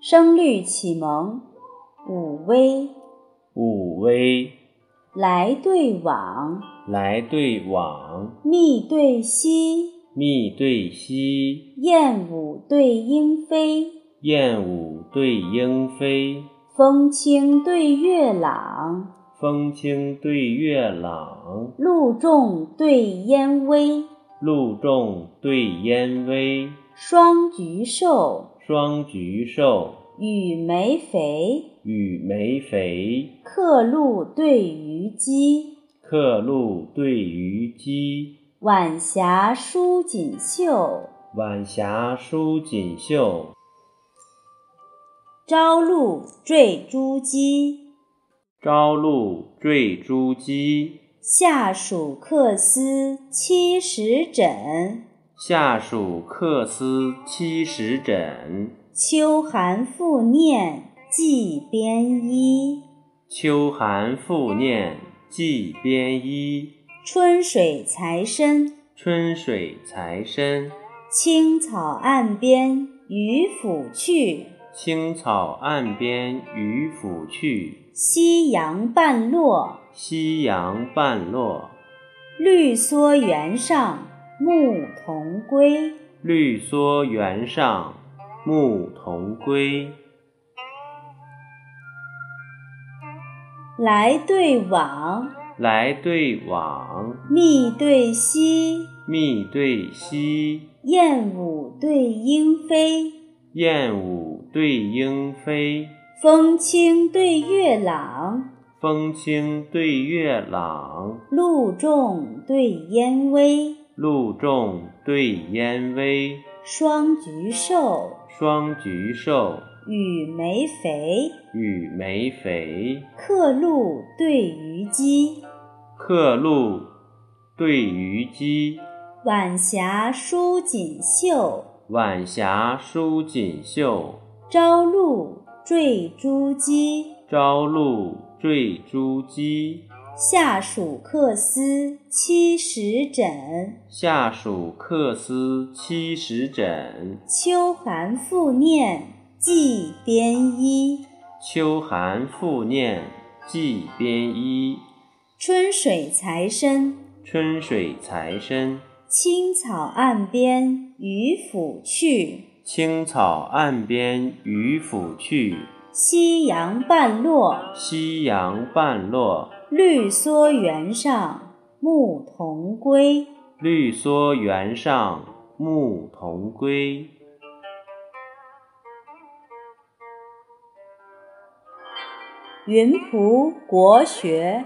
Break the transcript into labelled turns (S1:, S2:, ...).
S1: 声律启蒙，武威，
S2: 武威，
S1: 来对往，
S2: 来对往，
S1: 密对稀，
S2: 密对稀，
S1: 燕舞对莺飞，
S2: 燕舞对莺飞，
S1: 风清对月朗，
S2: 风清对月朗，
S1: 露重对烟微，
S2: 露重对烟微，
S1: 双菊瘦，
S2: 双菊瘦，
S1: 雨梅肥，
S2: 雨梅肥，
S1: 客路对渔矶，
S2: 客路对渔矶，
S1: 晚霞舒锦绣，
S2: 晚霞舒锦绣，
S1: 朝露缀珠玑。
S2: 朝露缀珠玑。
S1: 夏暑客思七十枕，
S2: 夏暑客思七十枕，
S1: 秋寒复念寄边衣。
S2: 秋寒复念寄边衣。
S1: 春水才深，
S2: 春水才深，
S1: 青草岸边渔甫去。
S2: 青草岸边渔甫去。
S1: 夕阳半落，
S2: 夕阳半落，
S1: 绿蓑原上牧童归。
S2: 绿蓑原上牧童归。
S1: 来对往，
S2: 来对往，
S1: 密对稀，
S2: 密对稀，
S1: 燕舞对莺飞，
S2: 燕舞对莺飞，
S1: 风清对月朗，
S2: 风清对月朗，
S1: 露重对烟微，
S2: 露重对烟微，
S1: 双菊瘦，
S2: 双菊瘦，
S1: 雨梅肥，
S2: 雨梅肥，
S1: 客路对渔矶，
S2: 客路对渔矶，
S1: 晚霞舒锦绣，
S2: 晚霞舒锦绣，
S1: 朝露缀珠玑。
S2: 朝露缀珠玑。
S1: 夏暑客思七十枕，
S2: 夏暑客思七十枕，
S1: 秋寒复念寄边衣。
S2: 秋寒复念寄边衣。
S1: 春水才深，
S2: 春水才深，
S1: 青草岸边渔甫去。
S2: 青草岸边渔甫去。
S1: 夕阳半落，
S2: 夕阳半落，
S1: 绿蓑原上牧童归。
S2: 绿蓑原上牧童归。
S1: 云浦国学